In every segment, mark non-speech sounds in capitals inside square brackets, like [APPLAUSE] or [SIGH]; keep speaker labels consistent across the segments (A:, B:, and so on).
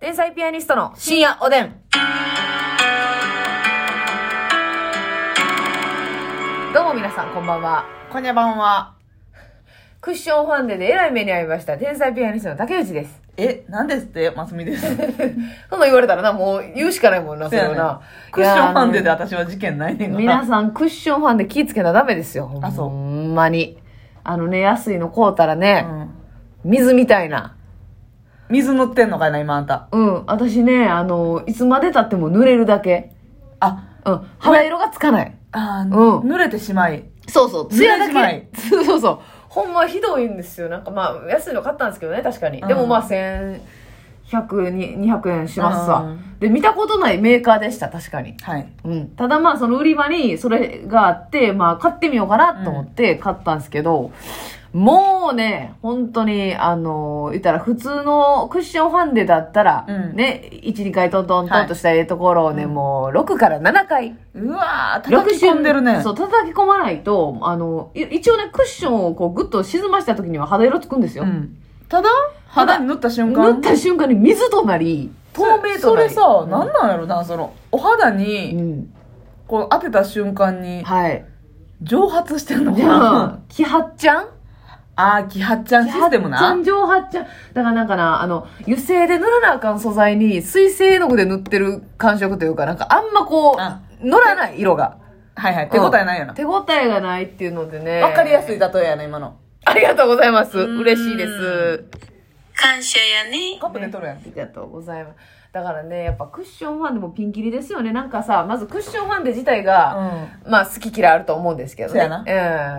A: 天才ピアニストの深夜おでん。どうも皆さん、こんばんは。
B: こんにゃばんは。
A: クッションファンデでえらい目に遭いました。天才ピアニストの竹内です。
B: え、なんですってますみ [LAUGHS] です。
A: そんなん言われたらな、もう言うしかないもんな、それはな。
B: クッションファンデで
A: だ。
B: 私は事件ないねんが
A: 皆さん、クッションファンデ気ぃつけなダメですよ。
B: あそう
A: ほんまに。あのね、安いの買うたらね、
B: うん
A: 水みたいな。
B: 水塗ってんのかいな、今あんた。
A: うん、私ね、あの、いつまで経っても濡れるだけ。
B: あ、
A: うん、肌色がつかない。
B: あー、
A: うん
B: 濡れてしまい。
A: そうそう、
B: 濡れ
A: 艶
B: てしまい
A: だけ。そうそうそう。ほんまひどいんですよ。なんかまあ、安いの買ったんですけどね、確かに。
B: うん
A: でもまあ、1100、200円します
B: う
A: わ。
B: ん
A: で、見たことないメーカーでした、確かに。
B: はい。
A: うん。ただまあ、その売り場にそれがあって、まあ、買ってみようかなと思って買ったんですけど、もうね、本当に、あの、言ったら普通のクッションファンデだったら、
B: うん
A: ね、1、2回トントントンとしたええところをね、
B: はい
A: もう6から7回。
B: うわー、叩き込んでるね。
A: そう、叩き込まないと、あの、い一応ね、クッションをこうグッと沈ました時には肌色つくんですよ。
B: うん。ただ、肌に塗った瞬間。
A: 塗った瞬間に水となり、透明と
B: そ
A: な
B: れ
A: り。
B: さ、なんなんやろな、その、お肌
A: う
B: に、
A: ん。
B: こう当てた瞬間に、
A: はい。
B: 蒸発してんのか
A: じゃあ
B: な。、
A: キハッちゃん
B: [LAUGHS] あー、キハッチャンシステムな。
A: 残上発ちゃん。だからなんかな、あの、油性で塗らなあかん素材に水性絵の具で塗ってる感触というか、なんかあんまこ
B: あ
A: う、塗らない色が。
B: はいはい、手応えないよな。
A: 手応えがないっていうのでね。
B: わかりやすい例えやな、今の。
A: ありがとうございます。
B: うん
A: 嬉しいです。
C: 感謝やね。
B: カップで取るやん
A: あ。りがとうございます。だからね、やっぱクッションファンデもピンキリですよね。なんかさ、まずクッションファンデ自体が、
B: うん。
A: まあ好き嫌いあると思うんですけど
B: そう
A: ね
B: や。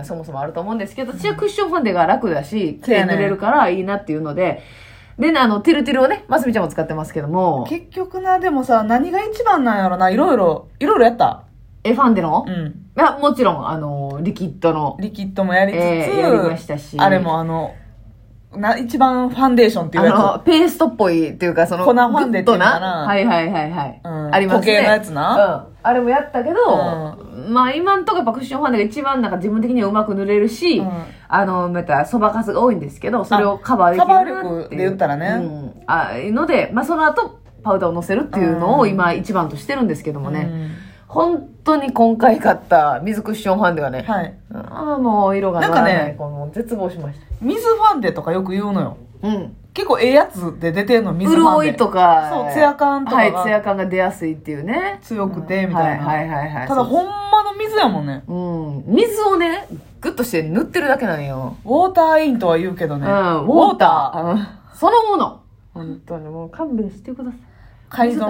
A: ええそもそもあると思うんですけど、私はクッションファンデが楽だし、
B: そうやね
A: 手塗れるからいいなっていうので、でね、あの、てるてるをね、ますみちゃんも使ってますけども、
B: 結局な、でもさ、何が一番なんやろな、いろいろ、いろいろやった。
A: え、ファンデの、
B: うん。
A: いやもちろん、あの、リキッドの、
B: リキッドもやりつつ、
A: えーやりましたし
B: あれもあの、な、一番ファンデーションっていう
A: あ
B: や
A: の、ペーストっぽいっていうか、その、
B: 粉ファンデっていうの
A: グッ
B: かな
A: とはいはいはいはい。
B: うん
A: ありますね。
B: 時計のやつな。
A: うん。あれもやったけど、まあ今んとこやっぱクッションファンデが一番なんか自分的にはうまく塗れるし、
B: うん
A: あの、また、そばかすが多いんですけど、それをカバーできるな
B: カバー
A: って
B: 力
A: いう。
B: で言ったらね
A: うん。あいうので、まあその後、パウダーを乗せるっていうのを
B: うん
A: 今一番としてるんですけども
B: つ。
A: ね、
B: ね。
A: 本当に今回買った水クッションファンデはね、
B: はい。
A: ああ、もう色が乗らない。
B: なんかね
A: この絶望しまし
B: 水ファンデとかよく言うのよ。
A: た。うん。
B: 結構ええやつで出てんの、水ファン
A: 潤い
B: デ。
A: とか。
B: そうツヤ感とか
A: はい、
B: が
A: ツヤ感が出やすいっていうね。
B: 強くてみたいな
A: はいはいはいはい。
B: ただ、ほんまの水やもんね。
A: うん。水をね、グッとして塗ってるだけなんよ。
B: ウォーターインとは言うけどね。
A: うん、ウォーター。うんそのもの。本当にもう勘弁してください。
B: 改造。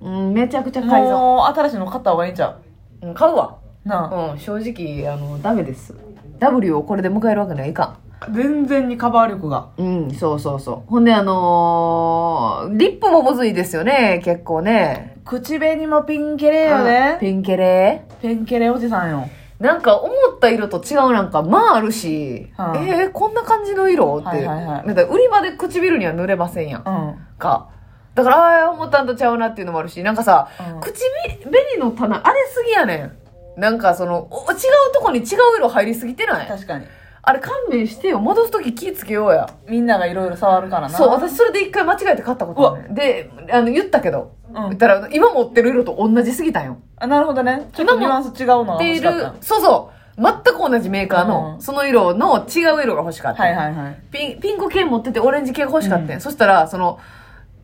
A: うん、めちゃくちゃ改造。
B: もう、新しいの買った方がいいんちゃ
A: うん買うわ。
B: うなあ。
A: うん、正直、あの、ダメです。W をこれで迎えるわけにはいか
B: 全然にカバー力が。
A: ん。うん、そうそうそう。ほんで、あのーリップもむずいですよね、結構ね。
B: 口紅もピンケレよ
A: うん
B: ね。
A: ピンケレ
B: ピンケレおじさんよ。
A: なんか思った色と違うなんかまああるし、
B: はい
A: えー、こんな感じの色って、
B: はいはいはい
A: なんか売り場で唇には塗れませんやん
B: うん。
A: か。だから、ああー、思ったんとちゃうなっていうのもあるし、なんかさ、
B: うん
A: 口紅の棚、あれすぎやねん。なんかその、お違うとこに違う色入りすぎてない
B: 確かに。
A: あれ勘弁してよ。戻すとき気ぃつけようや。
B: みんながいろいろ触るからな。
A: そう、私それで一回間違えて買ったことあるねんで、あの、言ったけど、
B: ん
A: 言ったら、今持ってる色と同じすぎたんよ。
B: あ、なるほどね。ちょっとニュアンス違うのが
A: って
B: 欲
A: い
B: しか
A: る
B: ったの。
A: そうそう全く同じメーカーの、
B: うん
A: その色の違う色が欲しかった、
B: はいはいはい。
A: ピンピンク系持っててオレンジ系が欲しかった、ん、そしたらその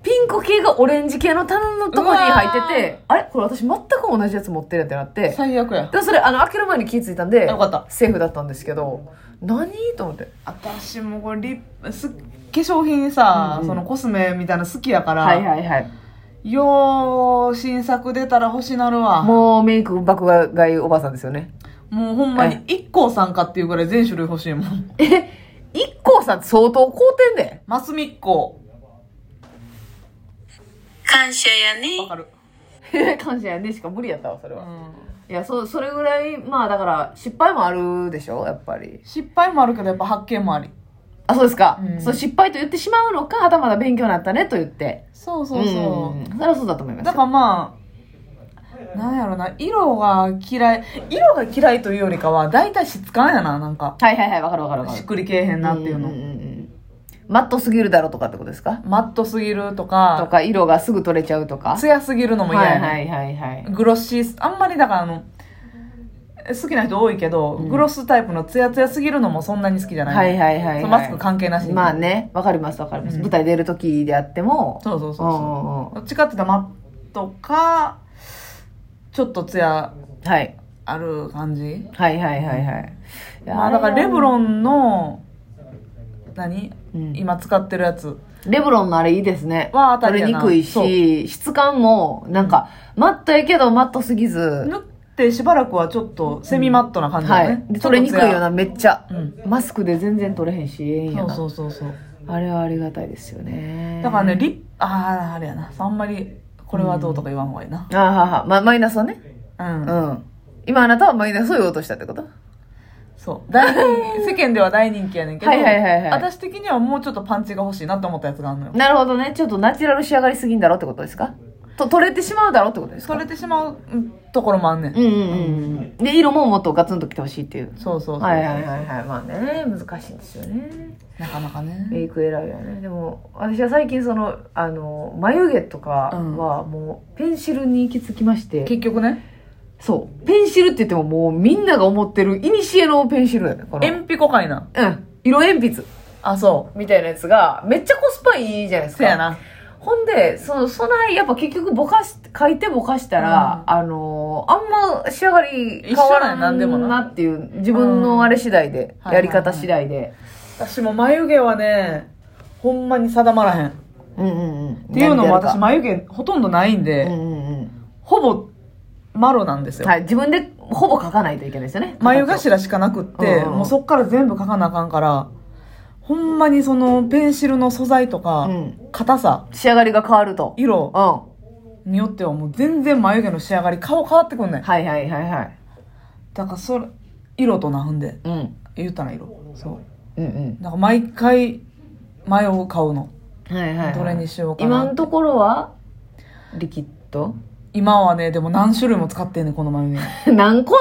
A: ピンク系がオレンジ系の棚のとこに入って
B: うわ
A: てあれこれ私全く同じやつ持ってるってなってで
B: 最悪や。
A: それあの開ける前に気づいたんで
B: よかった
A: セーフだったんですけど何と思って
B: 私もこれリップ、す化粧品さ、
A: うんうん
B: そのコスメみたいなの好きやから、
A: はいはいはい
B: よう、新作出たら欲しなるわ。も
A: もうメイク爆買いおばさんですよね
B: うほんま
A: は
B: に、一光さんかっていうぐらい全種類欲しいもん。
A: え一 k さん相当買うてんで
B: マスミッコ。
C: 感謝やね。
B: わかる。
A: [LAUGHS] 感謝やねしか無理やったわそれ
B: う
A: は、
B: ん。
A: いやそそれぐらいまあだから失敗もあるでしょやっぱり
B: 失敗もあるけど、やっぱ発見もあり。
A: あそうですか、
B: うん
A: そう失敗と言ってしまうのかはたまた勉強になったねと言って
B: そうそうそう。
A: んそれはそうだと思います
B: だからまあ、なんやろな、色が嫌い、色が嫌いというよりかは、大体質感やな、なんか。
A: はいはいはいわかるわかるわか
B: しっ
A: る
B: くりけえへんなっていうの。
A: んんんマットすぎるだろとかってことですか
B: マットすぎると
A: と
B: か、
A: か、色がすぐ取れちゃうとか。
B: 艶すぎるのも嫌
A: は
B: や
A: い
B: ねん
A: はいはいはい。
B: グロッシー、あんまりだからあの、好きな人多いけど、
A: ん
B: グロスタイプのツヤツヤすぎるのもそんなに好きじゃない。
A: はいはいはいはい
B: そうマスク関係なしに。
A: まあ。ね、わかりますわかります。
B: うん
A: 舞台出る時であっても。
B: そうそう
A: うん
B: そう
A: うん
B: そう。どっちかって言ったらマットか、ちょっとツヤ
A: うんはい。
B: ある感じ。
A: はいはいはいはい。いや
B: まあだからレブロンの、何、
A: うん
B: 今使ってるやつ。
A: レブロンのあれいいですね。
B: はあた
A: 取
B: りや
A: れに
B: な
A: くい
B: そう
A: し、質感も、なんか、マットやけどマットすぎず、
B: 塗ってしばらくはちょっとセミマットな感じだ
A: は
B: ね。
A: い。で取れにくいよう
B: な。
A: な、めっちゃ。
B: うん。
A: マスクで全然取れへんし、ええんやな。
B: そうそうそうそう。
A: あれはありがたいですよね。
B: だからね、リップ、ああ、あれやな。あんまり、これはどうとか言わんほうがいいな。
A: ああはは、ま、マイナスをね。
B: うん。
A: うん。今あなたはマイナスを言おうとしたってこと
B: そう。大人気、世間では大人気やねんけど、
A: はいはいはいはい
B: 私的にはもうちょっとパンチが欲しいなと思ったやつがあるのよ。
A: なるほどね。ちょっとナチュラル仕上がりすぎんだろってことですかと、取れてしまうだろってことですか
B: それてしまううんところもあんね
A: う
B: ん。
A: んうんうんうん。で、色ももっとガツンときてほしいっていう。
B: そうそうそう。
A: はいはいはいはい。まあね、難しいんですよね。
B: なかなかね。
A: メイク選びはね。でも、私は最近その、あの、眉毛とかはもう、ペンシルに行き着きまして、
B: 結局ね、
A: そう。ペンシルって言ってももうみんなが思ってる、いにしえのペンシルやね。この
B: 鉛筆こかいな。
A: うん。色鉛筆
B: あ、そ
A: みたいなやつが、めっちゃコスパいいじゃないで
B: う。
A: す
B: せ
A: か。
B: やな。
A: ほんで、その、そない、やっぱ結局ぼかし、書いてぼかしたら、あのーあんま仕上がり変わら
B: 一緒なんやなんでもな
A: なっていう、自分のあれ次第で、
B: うん
A: やり方次第で。
B: 私も眉毛はね、ほんまに定まらへん。っ
A: うんうんうん。って
B: いうのも私眉毛ほとんどないんで、
A: うんうんうん。
B: ほぼマロなんですよ。
A: はい、自分でほぼ書かないといけないですよね。
B: 眉頭しかなくって、
A: うんうん
B: もうそっから全部描かなあかんから、ほんまにそのペンシルの素材とか、
A: うん
B: 硬さ、
A: 仕上がりが変わると。うん。
B: 色
A: は
B: によってはもう全然眉毛の仕上がり、顔変わってくんね
A: い
B: ん。
A: はいはいはい。
B: だからそれ、色となんで、
A: うん。
B: 言ったら色。そう。
A: うんうん。
B: だから毎回迷う買うの。
A: はいはい、はい。
B: どれにしようかな
A: 今のところは、リキッド [LAUGHS]
B: 今はね、でも何種類も使ってんねん、この眉毛。
A: 何個、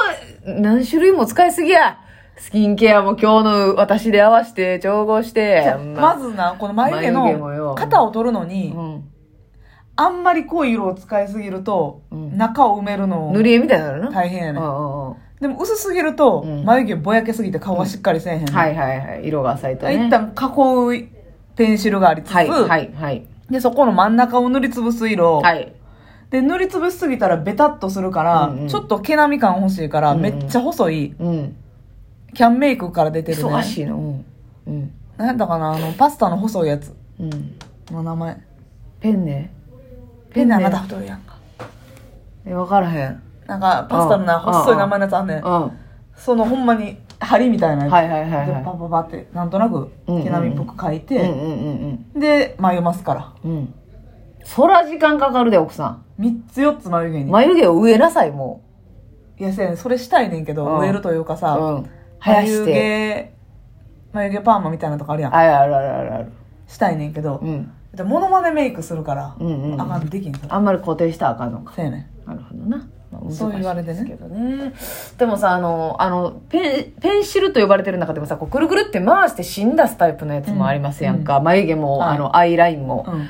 A: 何種類も使いすぎや。スキンケアも今日の私で合わせて、調合して。
B: まずな、この眉毛
A: 眉毛もよ
B: の肩を取るのに
A: う、ん。
B: あんまり濃い色を使いすぎると、
A: うん
B: 中を埋めるの
A: 塗り絵みたいになるな。
B: 大変やねん。
A: うんうんうん
B: でも薄すぎると、
A: うん
B: 眉毛ぼやけすぎて顔はしっかりせえへん、
A: はいはいはい。色が浅いとね。
B: 一旦囲うペンシルがありつつ、
A: はいはいはい。
B: で、そこの真ん中を塗りつぶす色、
A: はい。
B: で、塗りつぶしすぎたらベタっとするから、
A: うんうん
B: ちょっと毛並み感欲しいから、
A: うんうん
B: めっちゃ細い、
A: うん。
B: キャンメイクから出てるね。
A: 忙しいの。うん。うん。
B: なんやったかな、あの、パスタの細いやつ
A: うん。
B: の名前。
A: ペンね。
B: ペンであ
A: ね
B: なた太るやんか。
A: え、わからへん。
B: なんか、パスタのな、
A: ああ
B: 細い名前のやつあんね
A: うんん。。は
B: そのほんまに、針みたいなや
A: い
B: つ。
A: はいはいは
B: で、パパパって、なんとなく、毛並みっぽく描い
A: い。
B: て、
A: うんうんうん
B: で、眉マスカラ。
A: うん。うん。そら時間かかるで、奥さ
B: 3つ4つ眉毛
A: ん。
B: に。
A: 眉毛を植えなさい、も
B: いやせやねんそれしたいねんけど、
A: うん
B: 植えるというか
A: う。
B: さ、
A: うん。生や
B: 眉
A: して。
B: 毛、眉毛パーマみたいなとこあるやん。
A: あるあるあるあるある。
B: したいねんけど
A: う、ん。
B: でモノマネメイクするから、
A: うんうん
B: あかん、できんから。
A: あんまり固定したらあかんのか。
B: せやねん。
A: なるほどな。まあ
B: そう言われてね
A: 難しいですけどね。でもさ、あの、あの、ペン、ペンシルと呼ばれてる中でもさ、こう、くるくるって回して芯出すタイプのやつもありますやんか。眉毛も、
B: はい
A: あの、アイラインも。
B: うん。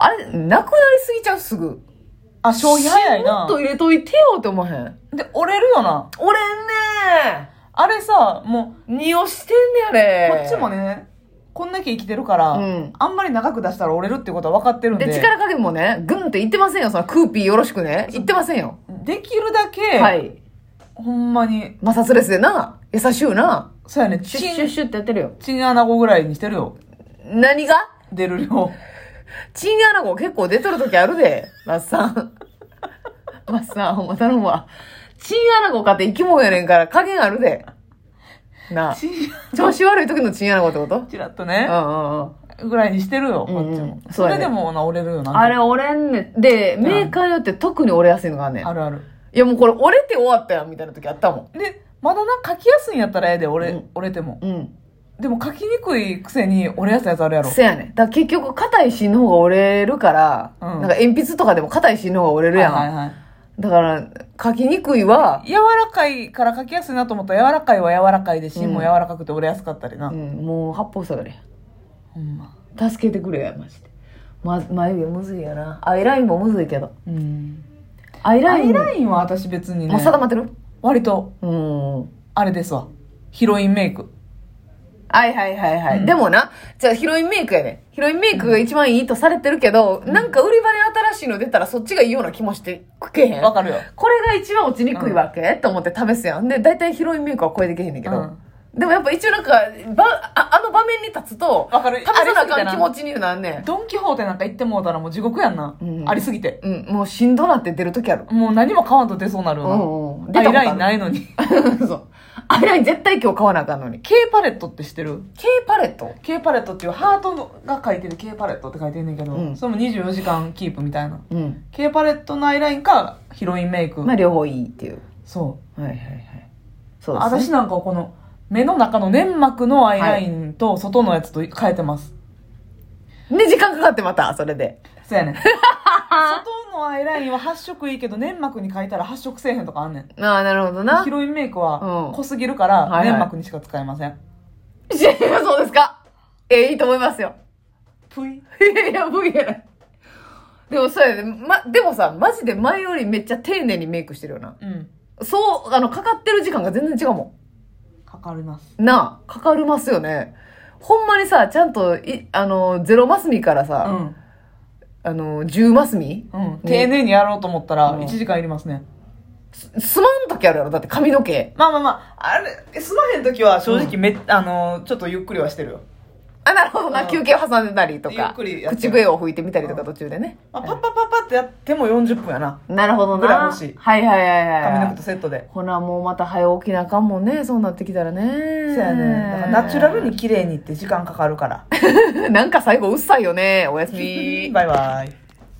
A: あれ、なくなりすぎちゃう、すぐ。
B: あ、消費早い
A: も
B: な
A: っ。と入れといてよって思わへん。
B: で、折れるよな。
A: 俺ね
B: あれさ、も
A: におしてんね
B: う、
A: や
B: こ
A: れ。
B: っちもね、こんだけ生きてるから、
A: うん
B: あんまり長く出したら折れるってことは分かってるんで、
A: で、力加減もね、ぐんって言ってませんよ。そのクーピーよろしくね。言ってませんよ。
B: できるだけ、
A: はい。
B: ほんまに、
A: 摩擦レスでな、優しゅうな。
B: そうやねん、
A: シ
B: チ
A: ュッシュッ
B: ン、
A: シュッってやってるよ。
B: チンアナゴぐらいにしてるよ。
A: 何が
B: 出る
A: [LAUGHS]
B: 量。
A: チンアナゴ結構出とる時あるで、マッサン。マッサン、ほんま頼むわ。チンアナゴかって生き物やねんから加減あるで。なあ。
B: チン、
A: 調子悪い時のチンアナゴってこと
B: チラッとね。
A: うんうんうん。
B: ぐらいにしてるよ、
A: うん
B: こ
A: う
B: っ
A: ん
B: ちも。
A: そ
B: そう
A: や
B: れ
A: ね
B: でもな、折れるよな。
A: あれ折れんねん。で、
B: うん
A: メーカーによって特に折れやすいのがあんねん。
B: あるある。
A: いやもうこれ折れて終わったやんみたいな時あったも
B: で、まだな、書きやすいんやったらええで、折れ、
A: うん
B: 折れても。
A: ん。うん。
B: でも書きにくいくせに折れやすいやつあるやろ。
A: せやねん。だから結局硬い芯の方が折れるから、
B: うん
A: なんか鉛筆とかでも硬い芯の方が折れるやん。
B: はいはいはい。
A: だから、書きにくいは、
B: 柔らかいから書きやすいなと思ったら柔らかいは柔らかいで芯も柔らかくて折れやすかったりな。
A: うん、もう八方塞がりや。
B: ほんま
A: 助けてくれや、マジで。ま、眉毛むずいやな。アイラインもむずいけど。
B: うん
A: アイラ
B: ア
A: イン
B: イ
A: も。
B: ラインは私別にね
A: もう定まってる
B: 割と
A: うん。
B: あれですわヒロインメイク
A: はいはいはいはい。
B: うん
A: でもな、じゃあヒロインメイクやね。ヒロインメイクが一番いいとされてるけど、なんか売り場で新しいの出たらそっちがいいような気もしてくけへん。
B: わかるよ
A: これが一番落ちにくいわけ、と思って試すやん。で、大体ヒロインメイクは超えてけへんねんけど。
B: うん
A: でもやっぱ一応なんか、ば、ああの場面に立つと、
B: わかる
A: 試さなあかん気持
B: ち
A: ちになんねん。
B: ドン・キホーテなんか行ってもうたらもう地獄やんな、
A: うん
B: ありすぎて
A: うん、もうしんどなって出るときある。
B: もう何も買わんと出そうなるよな、
A: うんうん。。
B: アイラインないいのに [LAUGHS]
A: [LAUGHS] そう。アイライン絶対今日買わなあかんのに。
B: K パレットって知ってる
A: K パレット
B: K パレットっていうハートが書いてる K パレットって書いてんねんけど、
A: うん
B: それも24時間キープみたいな
A: うん。
B: K パレットのアイラインかヒロインメイク、
A: まあ両方いいっていう。
B: そ
A: はいはいはい。
B: う
A: そうですね
B: 私なんかはこの目の中の粘膜のアイラインと外のやつと変えてます、
A: で、時間かかってまた、それで。
B: そうや
A: [LAUGHS]
B: ねん外のアイラインは発色いいけど粘膜に変えたら発色せえへんとかあんねん
A: ああ、なるほどな。
B: ヒロインメイク
A: う
B: は
A: ん
B: 濃すぎるか
A: はいは
B: ら
A: い
B: 粘膜にしか使えません、
A: いや [LAUGHS] そうですか。ええいいと思いますよ。
B: ぷい
A: いやい [LAUGHS] や、無理やない。でもそうやね。ま、でもさ、マジで前よりめっちゃ丁寧にメイクしてるよな。
B: うん
A: そう、あの、かかってる時間が全然違うも
B: かかります
A: ん。なあ、かかりますよね。ほんまにさ、ちゃんと、い、あの、ゼロマスミから
B: う
A: さ、
B: ん
A: あの、10マスミ
B: うん、丁寧にやろうと思った
A: う
B: ら
A: ん
B: 1時間いりますね、
A: すすまん時あるやろ。だって髪の毛。
B: まあまあまあ、あれ、すまへん時は正直め、あのー、ちょっとゆっくりはしてるよ。
A: あ、なるほどな。
B: うん
A: 休憩挟んでたりと
B: ゆっ
A: か、
B: くりやって
A: 口笛を吹いてみたりとか途中でね。
B: まあ、パッパッパッパってやっても40分やな。
A: なるほどな。
B: ぐらい欲しい
A: はいはいはいはい。
B: 髪の毛とセットで。
A: ほな、もうまた早起きなあかんもんね。そうなってきたらね。
B: そ
A: そう
B: やね。だからナチュラルに綺麗にって時間かかるから。
A: に。なんか最後うっさいよね。おやすみ。
B: バイバイ。